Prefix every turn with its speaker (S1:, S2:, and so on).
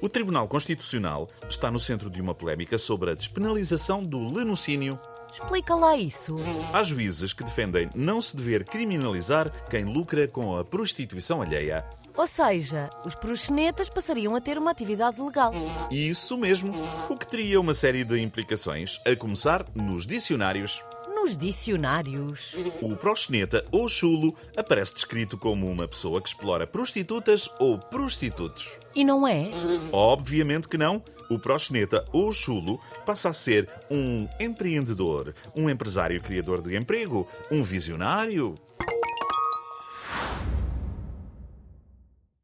S1: O Tribunal Constitucional está no centro de uma polémica sobre a despenalização do lenocínio.
S2: Explica lá isso.
S1: Há juízes que defendem não se dever criminalizar quem lucra com a prostituição alheia.
S2: Ou seja, os proxenetas passariam a ter uma atividade legal.
S1: Isso mesmo, o que teria uma série de implicações, a começar nos dicionários.
S2: Nos dicionários.
S1: O proxeneta ou chulo aparece descrito como uma pessoa que explora prostitutas ou prostitutos.
S2: E não é?
S1: Obviamente que não. O proxeneta ou chulo passa a ser um empreendedor, um empresário criador de emprego, um visionário,